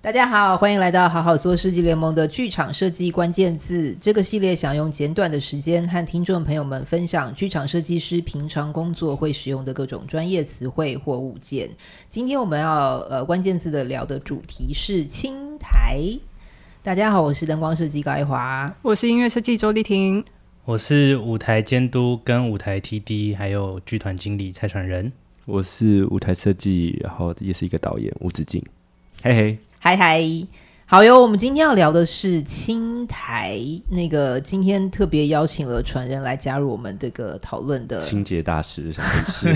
大家好，欢迎来到好好做设计联盟的剧场设计关键字。这个系列想用简短的时间和听众朋友们分享剧场设计师平常工作会使用的各种专业词汇或物件。今天我们要呃关键字的聊的主题是青苔。大家好，我是灯光设计高爱华。我是音乐设计周丽婷。我是舞台监督、跟舞台 TD，还有剧团经理蔡传仁。我是舞台设计，然后也是一个导演，吴子敬。嘿嘿，嗨嗨，好哟！我们今天要聊的是青苔。那个今天特别邀请了传人来加入我们这个讨论的，清洁大师，想是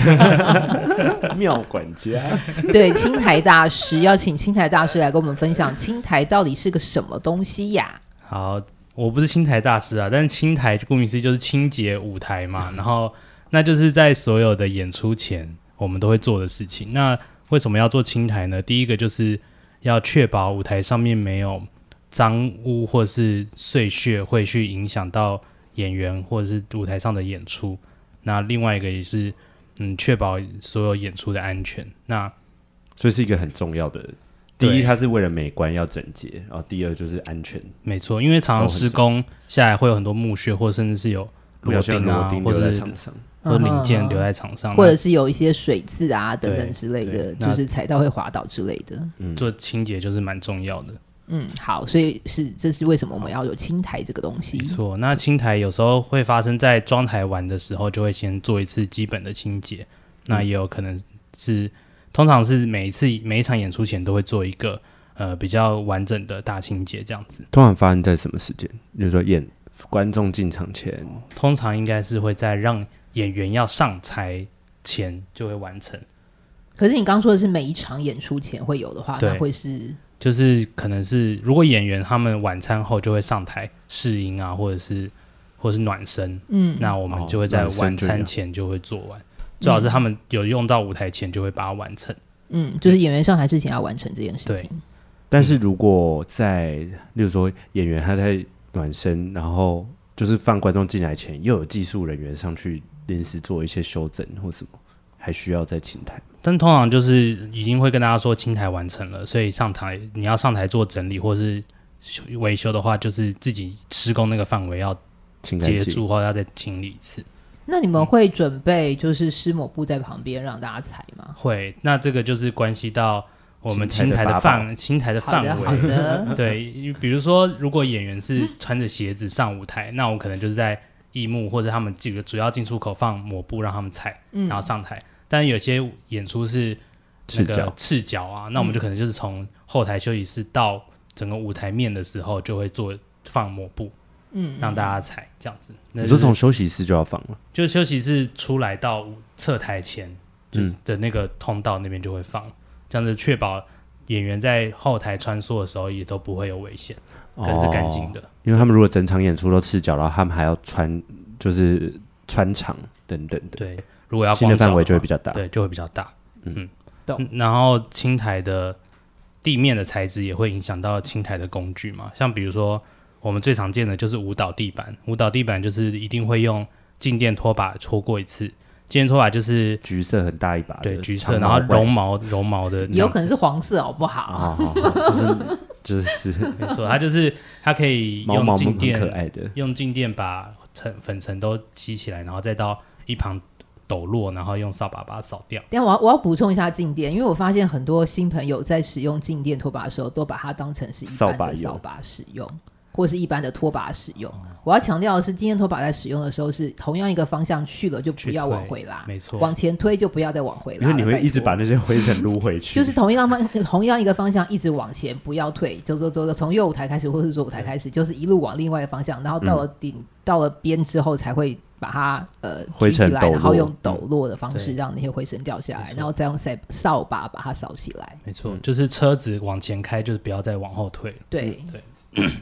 妙管家。 对青苔大师，要请青苔大师来跟我们分享青苔到底是个什么东西呀？好，我不是青苔大师啊，但是青苔顾名思义就是清洁舞台嘛，然后那就是在所有的演出前我们都会做的事情。那为什么要做青苔呢？第一个就是要确保舞台上面没有脏污或是碎屑会去影响到演员或者是舞台上的演出。那另外一个也是，嗯，确保所有演出的安全。那所以是一个很重要的。第对一，它是为了美观要整洁，然后第二就是安全，没错，因为常常都很施工下来会有很多木屑，或甚至是有不螺要像钉螺啊，钉或留者在是场上。或者零嗯件嗯嗯留在场上，或者是有一些水渍啊等等之类的，对就那是踩到会滑倒之类的。那做清洁就是蛮重要的。嗯，好，所以是这是为什么我们要有青苔这个东西没？错，那青苔有时候会发生在装台完的时候，就会先做一次基本的清洁，那也有可能是通常是每一次每一场演出前都会做一个呃比较完整的大清洁这样子。通常发生在什么时间？比如说演观众进场前，通常应该是会在让演员要上台前就会完成。可是你刚说的是每一场演出前会有的话，对那会是就是可能是如果演员他们晚餐后就会上台试音啊，或者是或者是暖身，嗯，那我们哦就会在暖身晚就嗯餐有前就会做完，最好是他们有用到舞台前就会把它完成。嗯，就是演员上台之前要完成这件事对情。但嗯是如果在，例如说演员他在暖身，然后就是放观众进来前，又有技术人员上去临时做一些修整或什么，还需要再请台。但通常就是已经会跟大家说清台完成了，所以上台你要上台做整理或是修维修的话，就是自己施工那个范围要请干接净。住后要再清理一次。那你们会准备就是湿抹布在旁边让大家踩吗？会，那这个就是关系到我们清清台台的的法范清台的好范的，围好 的。 对，比如说，如果演员是穿着鞋子上舞台，那我可能就是在艺幕或者他们几个主要进出口放抹布让他们踩，然后上台。但有些演出是那赤个脚赤脚啊，那我们就可能就是从后台休息室到整个舞台面的时候，就会做放抹布，嗯，让大家踩这样子。那你就说是从休息室就要放了，就是休息室出来到侧台前，嗯就是的那个通道那边就会放，这样子确保演员在后台穿梭的时候也都不会有危险，更是干净哦。的。因为他们如果整场演出都赤脚，然后他们还要穿，就是穿场等等的，对，如果要新的光照范围就会话比较大。对，就会比较大。嗯，懂嗯然后青苔的地面的材质也会影响到青苔的工具嘛，像比如说我们最常见的就是舞蹈地板，舞蹈地板就是一定会用静电拖把拖过一次，静电拖把就是橘色很大一把的，对橘色，长然毛后怪绒毛绒毛的，有可能是黄色，好不好？哦，好好就是就是没错，它就是它可以 毛毛用很静电可爱的，用静电把尘粉尘都吸起来，然后再到一旁抖落，然后用扫把把它扫掉。但我要我要补充一下静电，因为我发现很多新朋友在使用静电拖把的时候，都把它当成是一般扫把的用哦扫把使用，或是一般的拖把使用。我要强调的是，静电拖把在使用的时候是同样一个方向去了就不去要推往回拉，没错往前推就不要再往回拉因了，为你会一直拜托把那些灰尘撸回去，就是同一个方 同样一个方向一直往前，不要退，走走走走，从右舞台开始，或是左舞台开始，就是一路往另外一个方向，然后到嗯了顶、到了边之后才会把它呃灰举起尘来，抖落然后用抖落的方式对让那些灰尘掉下来，嗯没错然后再用扫扫把把它扫起来。没错，就是车子往前开，就是不要再往后退。 对，嗯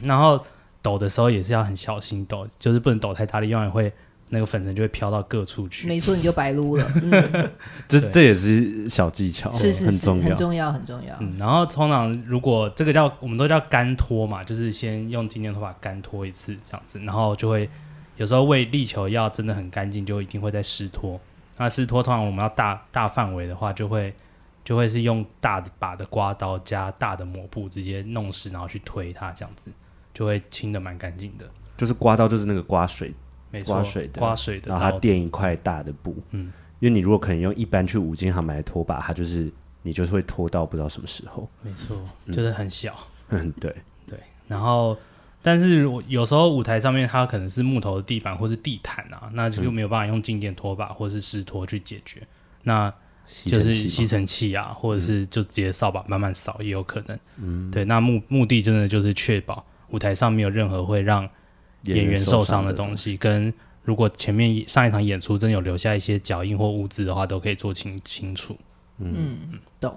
然后抖的时候也是要很小心抖，就是不能抖太大力，要不然会那个粉尘就会飘到各处去。没错，你就白撸了，嗯这对这也是小技哦巧，是是是，很重很要。重要，很重要。嗯，然后通常如果这个叫我们都叫干拖嘛，就是先用静电拖把干拖一次这样子，然后就会有时候为力求要真的很干净，就一定会在湿拖。那湿拖通常我们要大大范围的话，就会就会是用大的把的刮刀加大的抹布直接弄湿，然后去推它，这样子就会清的蛮干净的。就是刮到就是那个刮水，没错，刮水的刮水的然后它刀，垫一块大的布，嗯因为你如果可能用一般去五金行买的拖把，它就是你就是会拖到不知道什么时候。 没错，就是很小。嗯，对，然后，但是我有时候舞台上面它可能是木头的地板或是地毯啊，那就没有办法用静电拖把或是湿拖去解决。那嗯吸就尘是器嘛嗯吸尘器啊，或者是就直接扫把慢慢扫也有可能。嗯，对，那目目的真的就是确保舞台上没有任何会让演员受伤的东西。西，跟如果前面上一场演出真有留下一些脚印或污渍的话，都可以做清清楚。嗯，懂。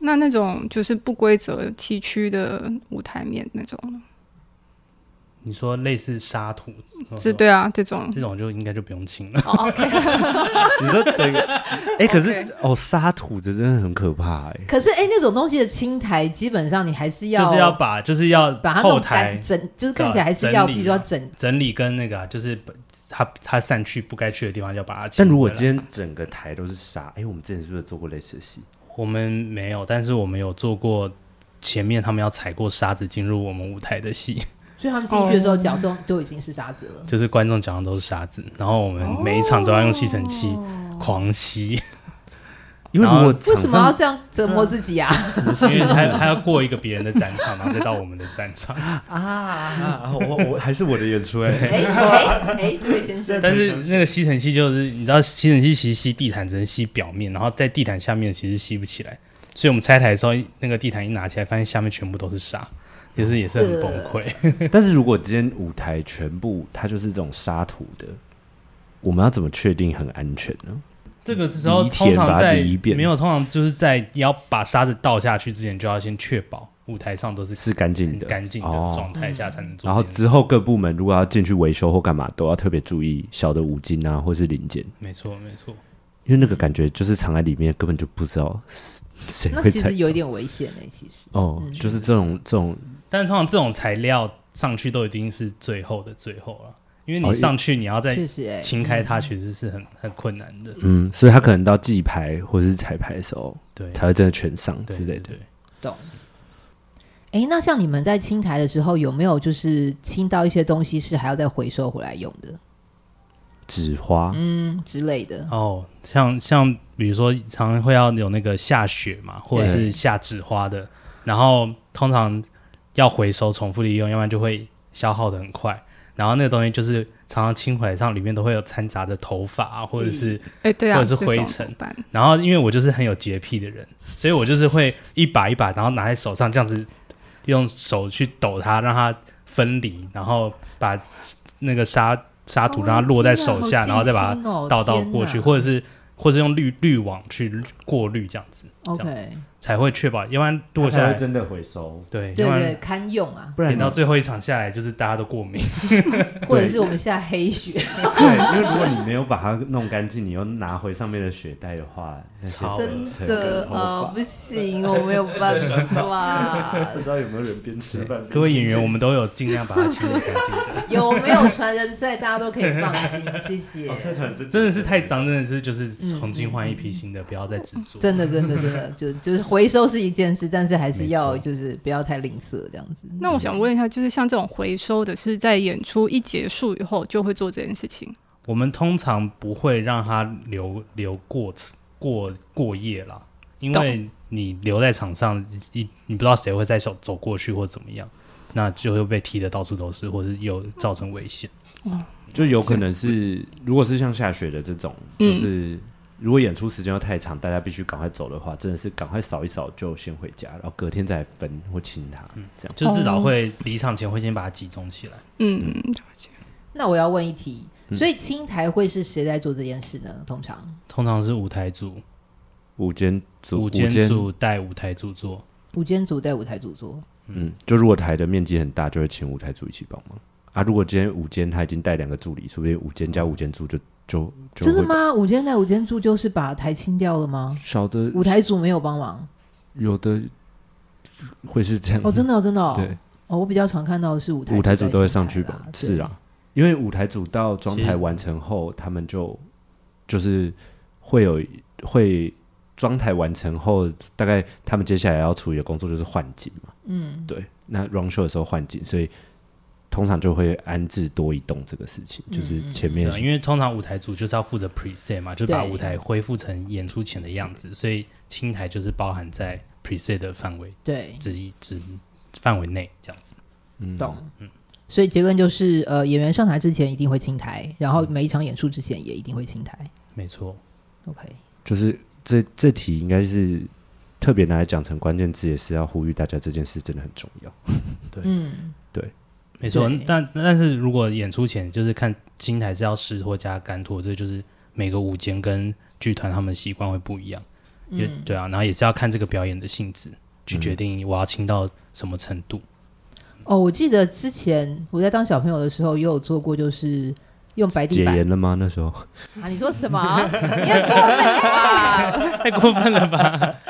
那那种就是不规则崎岖的舞台面那种，哦你说类似沙土，这对啊，这种这种就应该就不用清了。 你说整 个，哎，可是哦，沙土这真的很可怕哎。可是哎、那种东西的青苔，基本上你还是要就是要把就是要把它后弄台干整，就是看起来还是要，整理啊比如说要整整理跟那个、啊、就是把它它散去不该去的地方要把它清回来。但如果今天整个台都是沙，哎，我们之前是不是做过类似的戏？我们没有，但是我们有做过前面他们要踩过沙子进入我们舞台的戏， 所以他们进去的时候哦脚上都已经是沙子了。就是观众脚上都是沙子，然后我们每一场都要用吸尘器哦狂吸， 因为如然后果为场什么要上这样折磨自己啊？因为他他要过一个别人的展场，然后再到我们的战场。 啊，我我还是我的演出哎，哎哎哎，这位先生， 但是那个吸尘器就是你知道，吸尘器其实吸地毯只能吸表面，然后在地毯下面其实吸不起来，所以我们拆台的时候，那个地毯一拿起来，发现下面全部都是 沙，也是也是很崩溃。 但是如果今天舞台全部它就是这种沙土的，我们要怎么确定很安全呢？这个时候犁通田把常 它在犁一遍没有，通常就是在要把沙子倒下去之前，就要先确保舞台上都是是干净很的，干净的哦哦状态下才能做然后这件之事，后各部门如果要进去维修或干嘛，都要特别注意小的五金啊，或是零件，没错没错，因为那个感觉就是藏在里面，根本就不知道 是谁那会其踩实。有一嗯点危险呢、其实。哦，就是这种这种，但是通常这种材料上去都已经是最后的最后了，因为哦你上去你要再确实哎、清开它，其实是很很困难的，嗯，所以他可能到记牌或者是彩排的时候，对才会真的全上对之类的。对。哎、那像你们在清台的时候，有没有就是清到一些东西是还要再回收回来用的，纸花，嗯之类的？哦，像像比如说，常常会要有那个下雪嘛，或者是下纸花的，然后通常要回收重复利用，要不然就会消耗的很快。然后那个东西就是常常清回来上里面都会有掺杂着头发啊，或者是，哎、对啊，或者是嗯这种灰怎尘么办？然后因为我就是很有洁癖的人，所以我就是会一把一把，然后拿在手上这样子用手去抖它，让它分离，然后把那个沙沙土让它落在哦手下，然后再把它它倒到过去，或者是或者用滤滤网去过滤这样子，这 OK，才会确保，要不然落下才来会，真的回收，对，对要不对，然堪用啊，不然演到最后一场下来就是大家都过敏，或者是我们下黑雪， 对，因为如果你没有把它弄干净，你又拿回上面的血带的话，那些超好恶真心整个的头啊、发，不行，我没有办法 不，知道有没有人边吃饭。各位演员，我们都有尽量把它清理干 净的，有没有传人在，大家都可以放 心，谢谢。哦，蔡传真真的是太脏，真的是就是重新换一批新的，不要再执着。真的，真的，真的，就就是回收是一件事，但是还是没要错就是不要太吝啬这样子。那我想问一下，就是像这种回收的，是在演出一结束以后就会做这件事情？我们通常不会让它留留过过过夜啦，因为你留在场上，你你不知道谁会再走走过去或怎么样，那就会被踢得到处都是，或是有造成危险。就有可能是，如果是像下雪的这种，嗯就是如果演出时间又太长，大家必须赶快走的话，真的是赶快扫一扫就先回家，然后隔天再来分或清它，这样。就至少会离场前会先把它集中起来。嗯，了解那我要问一题，嗯所以青台会是谁在做这件事呢？通常通常是舞台组，午间组，舞间组带舞台组做，舞间组带舞台组做，嗯，就如果台的面积很大，就会请舞台组一起帮忙啊。如果今天午间他已经带两个助理，说不定午间加午间组就就就真的会吗？舞间带舞间组就是把台清掉了吗？少的舞台组没有帮忙有的会是这样哦，真的、哦、真的哦，嗯对，哦，我比上常看到的是舞台舞台组在都会清上台去啦吧？对是啊，因为舞台组到装其台实完成后，他们就就是会有会。装台完成后，大概他们接下来要处理的工作就是换景嘛。嗯，对。那 run show 的时候换景，所以通常就会安置多一栋这个事嗯情，就是前面对啊因为通常舞台组就是要负责 preset 嘛，就是对把舞台恢复成演出前的样子，所以青台就是包含在 preset 的范围对，之一之范围内这样子。懂。嗯所以结论就是，呃，演员上台之前一定会清台，然后每一场演出之前也一定会清台。没错， OK，就是这这题应该是特别拿来讲成关键字，也是要呼吁大家这件事真的很重要。嗯，没错对。但但是如果演出前就是看青台是要湿拖加干拖，这就是每个舞间跟剧团他们习惯会不一样。也嗯对啊，然后也是要看这个表演的性质去决定我要清到什么程度。哦，我记得之前我在当小朋友的时候也有做过，就是用白解地板严了吗？那时候啊。你说什 么？你很过分啊！ 太过分了吧？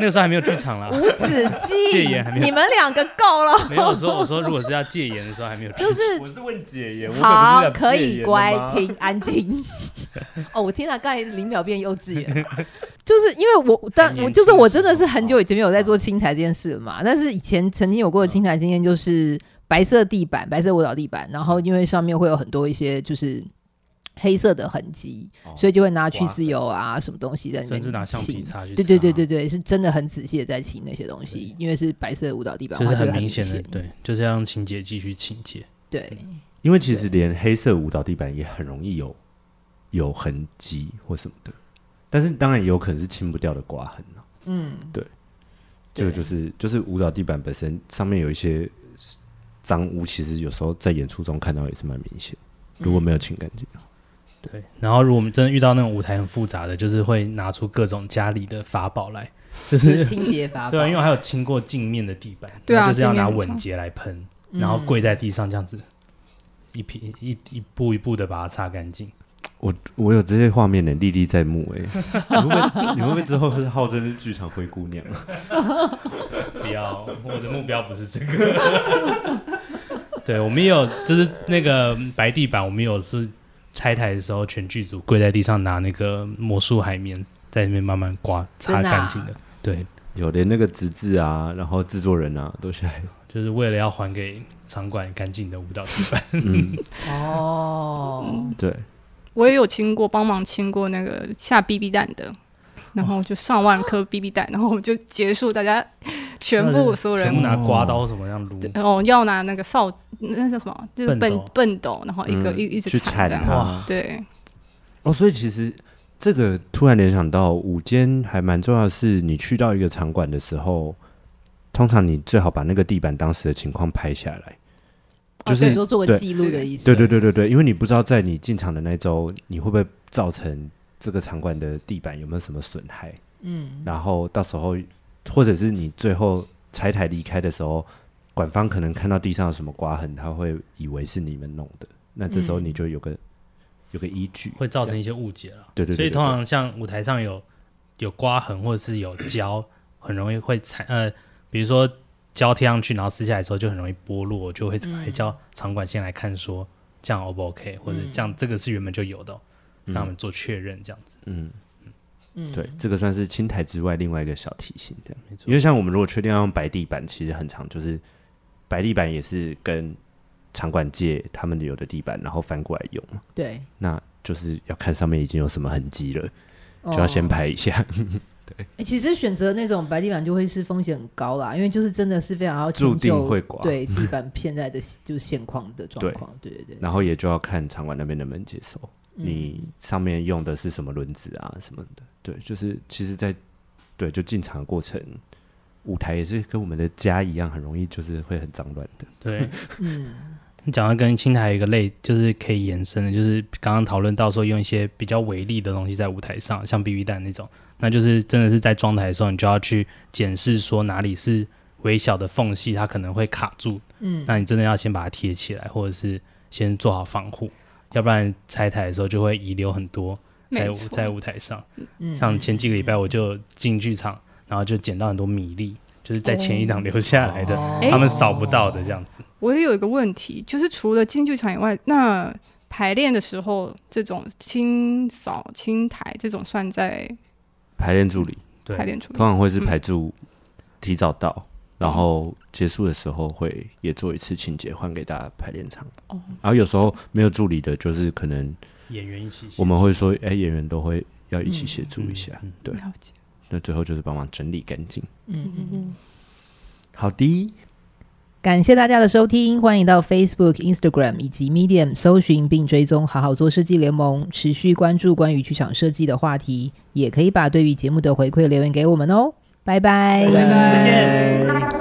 那个时候还没有剧场啦 无，止戒严还境，没有你们两个够了。没有我说我说如果是要戒严的时候还没 有剧就是我是问解严，我可不是好在，可戒以严乖了吗，听，安静。 哦，我天啊，刚才零秒变幼稚园了， 就是因为我当还年我就是轻我的时真的是候很久以前没有啊在做青苔这件事了嘛，但是以前曾经有过的青苔经验就是白色地板、白色舞蹈地板，然后因为上面会有很多一些就是。黑色的痕迹，所以就会拿去丝油啊，什么东西在那边哦甚至拿橡皮清擦去对对擦啊对对对，是真的很仔细的在清那些东西，因为是白色的舞蹈地板，就是它会很很明显的，对，就是要让情节继续情节。对，因为其实连黑色舞蹈地板也很容易有有痕迹或什么的，但是当然也有可能是清不掉的刮痕啊。嗯，这个对就是就是舞蹈地板本身上面有一些脏污，其实有时候在演出中看到也是蛮明显。嗯如果没有清干净，对，然后如果我们真的遇到那种舞台很复杂的，就是会拿出各种家里的法宝来，就就是是清 洁法对啊，宝因为我还有清过镜面的地板，对啊然后就是要拿镜面很稳长嗯节来喷，然嗯后跪在地上这样子，一批一一步一步的把它擦干净。我我有这些画面呢，历历 在目哎、你会不会你会不会之后是号称是剧场灰姑娘？不要，我的目标不是这个。 对，我们也有，就是那个白地板，我们有是拆台的时候，全剧组跪在地上拿那个魔术海绵，在那边慢慢刮擦真的啊干净的。对，有连那个纸质啊，然后制作人啊都是 来，就是为了要还给场馆干净的舞蹈地板。嗯，哦，对，我也有清过，帮忙清过那个下 BB 弹的，然后就上万颗 BB 弹，然后我们就结束大家全部所有全人部拿刮刀什么样撸，啊哦，要拿那个扫，那是什么？就是笨笨斗笨斗，然后哦一个、嗯一一直去缠这样。铲它哇。对，哦，所以其实这个突然联想到午间还蛮重要的是，你去到一个场馆的时候，通常你最好把那个地板当时的情况拍下来。就哦所以是说做个对记录的意思。对对对对对，因为你不知道在你进场的那周，你会不会造成这个场馆的地板有没有什么损害，嗯，然后到时候或者是你最后拆台离开的时候，馆方可能看到地上有什么刮痕，他会以为是你们弄的，那这时候嗯你就有个、有个依据。会造成一些误解了。对对对对所以对通常像舞台上有有刮痕或者是有胶，很容易会踩呃，比如说胶贴上去，然后撕下来的时候就很容易剥落，就会来叫场馆先来看说这样 O 不 OK，或者这样这个是原本就有的哦、让他们做确认这样子。嗯，对，这个算是青苔之外另外一个小提醒，这样没错因为像我们如果确定要用白地板，其实很长，就是白地板也是跟场馆借他们有的地板，然后翻过来用嘛，对，那就是要看上面已经有什么痕迹了，就要先哦拍一下， 欸其实选择那种白地板就会是风险很高啦，因为就是真的是非常要注迁定就会刮对地板现在的就是 现况的状况，对对对，然后也就要看场馆那边能不能接受。你上面用的是什么轮子啊什么的，对，就是其实在，对就进场的过程，舞台也是跟我们的家一样，很容易就是会很脏乱的。对，嗯，你讲到跟青苔有一个类，就是可以延伸的，就是刚刚讨论到说用一些比较微粒的东西在舞台上，像 BB 弹那种，那就是真的是在装台的时候，你就要去检视说哪里是微小的缝隙，它可能会卡住，嗯，那你真的要先把它贴起来，或者是先做好防护，要不然拆台的时候就会遗留很多在没舞错。在舞台上。嗯像前几个礼拜我就进剧场，然后就捡到很多米粒，就是在前一档留下来的，哦他们扫不到的这样子。我也有一个问题，就是除了进剧场以外，那排练的时候，这种清扫、清台这种算在排练助理，对排练处理。通常会是排助提早到，然后结束的时候会也做一次清洁，换给大家排练场。哦然后有时候没有助理的，就是可能演员一起写我们会说，哎、演员都会要一起协助一下，嗯嗯对，了解，那最后就是帮忙整理干净。嗯嗯。好的，感谢大家的收听，欢迎到 Facebook、Instagram 以及 Medium 搜寻并追踪“好好做设计联盟”，持续关注关于剧场设计的话题，也可以把对于节目的回馈留言给我们哦。拜拜，拜拜，再见。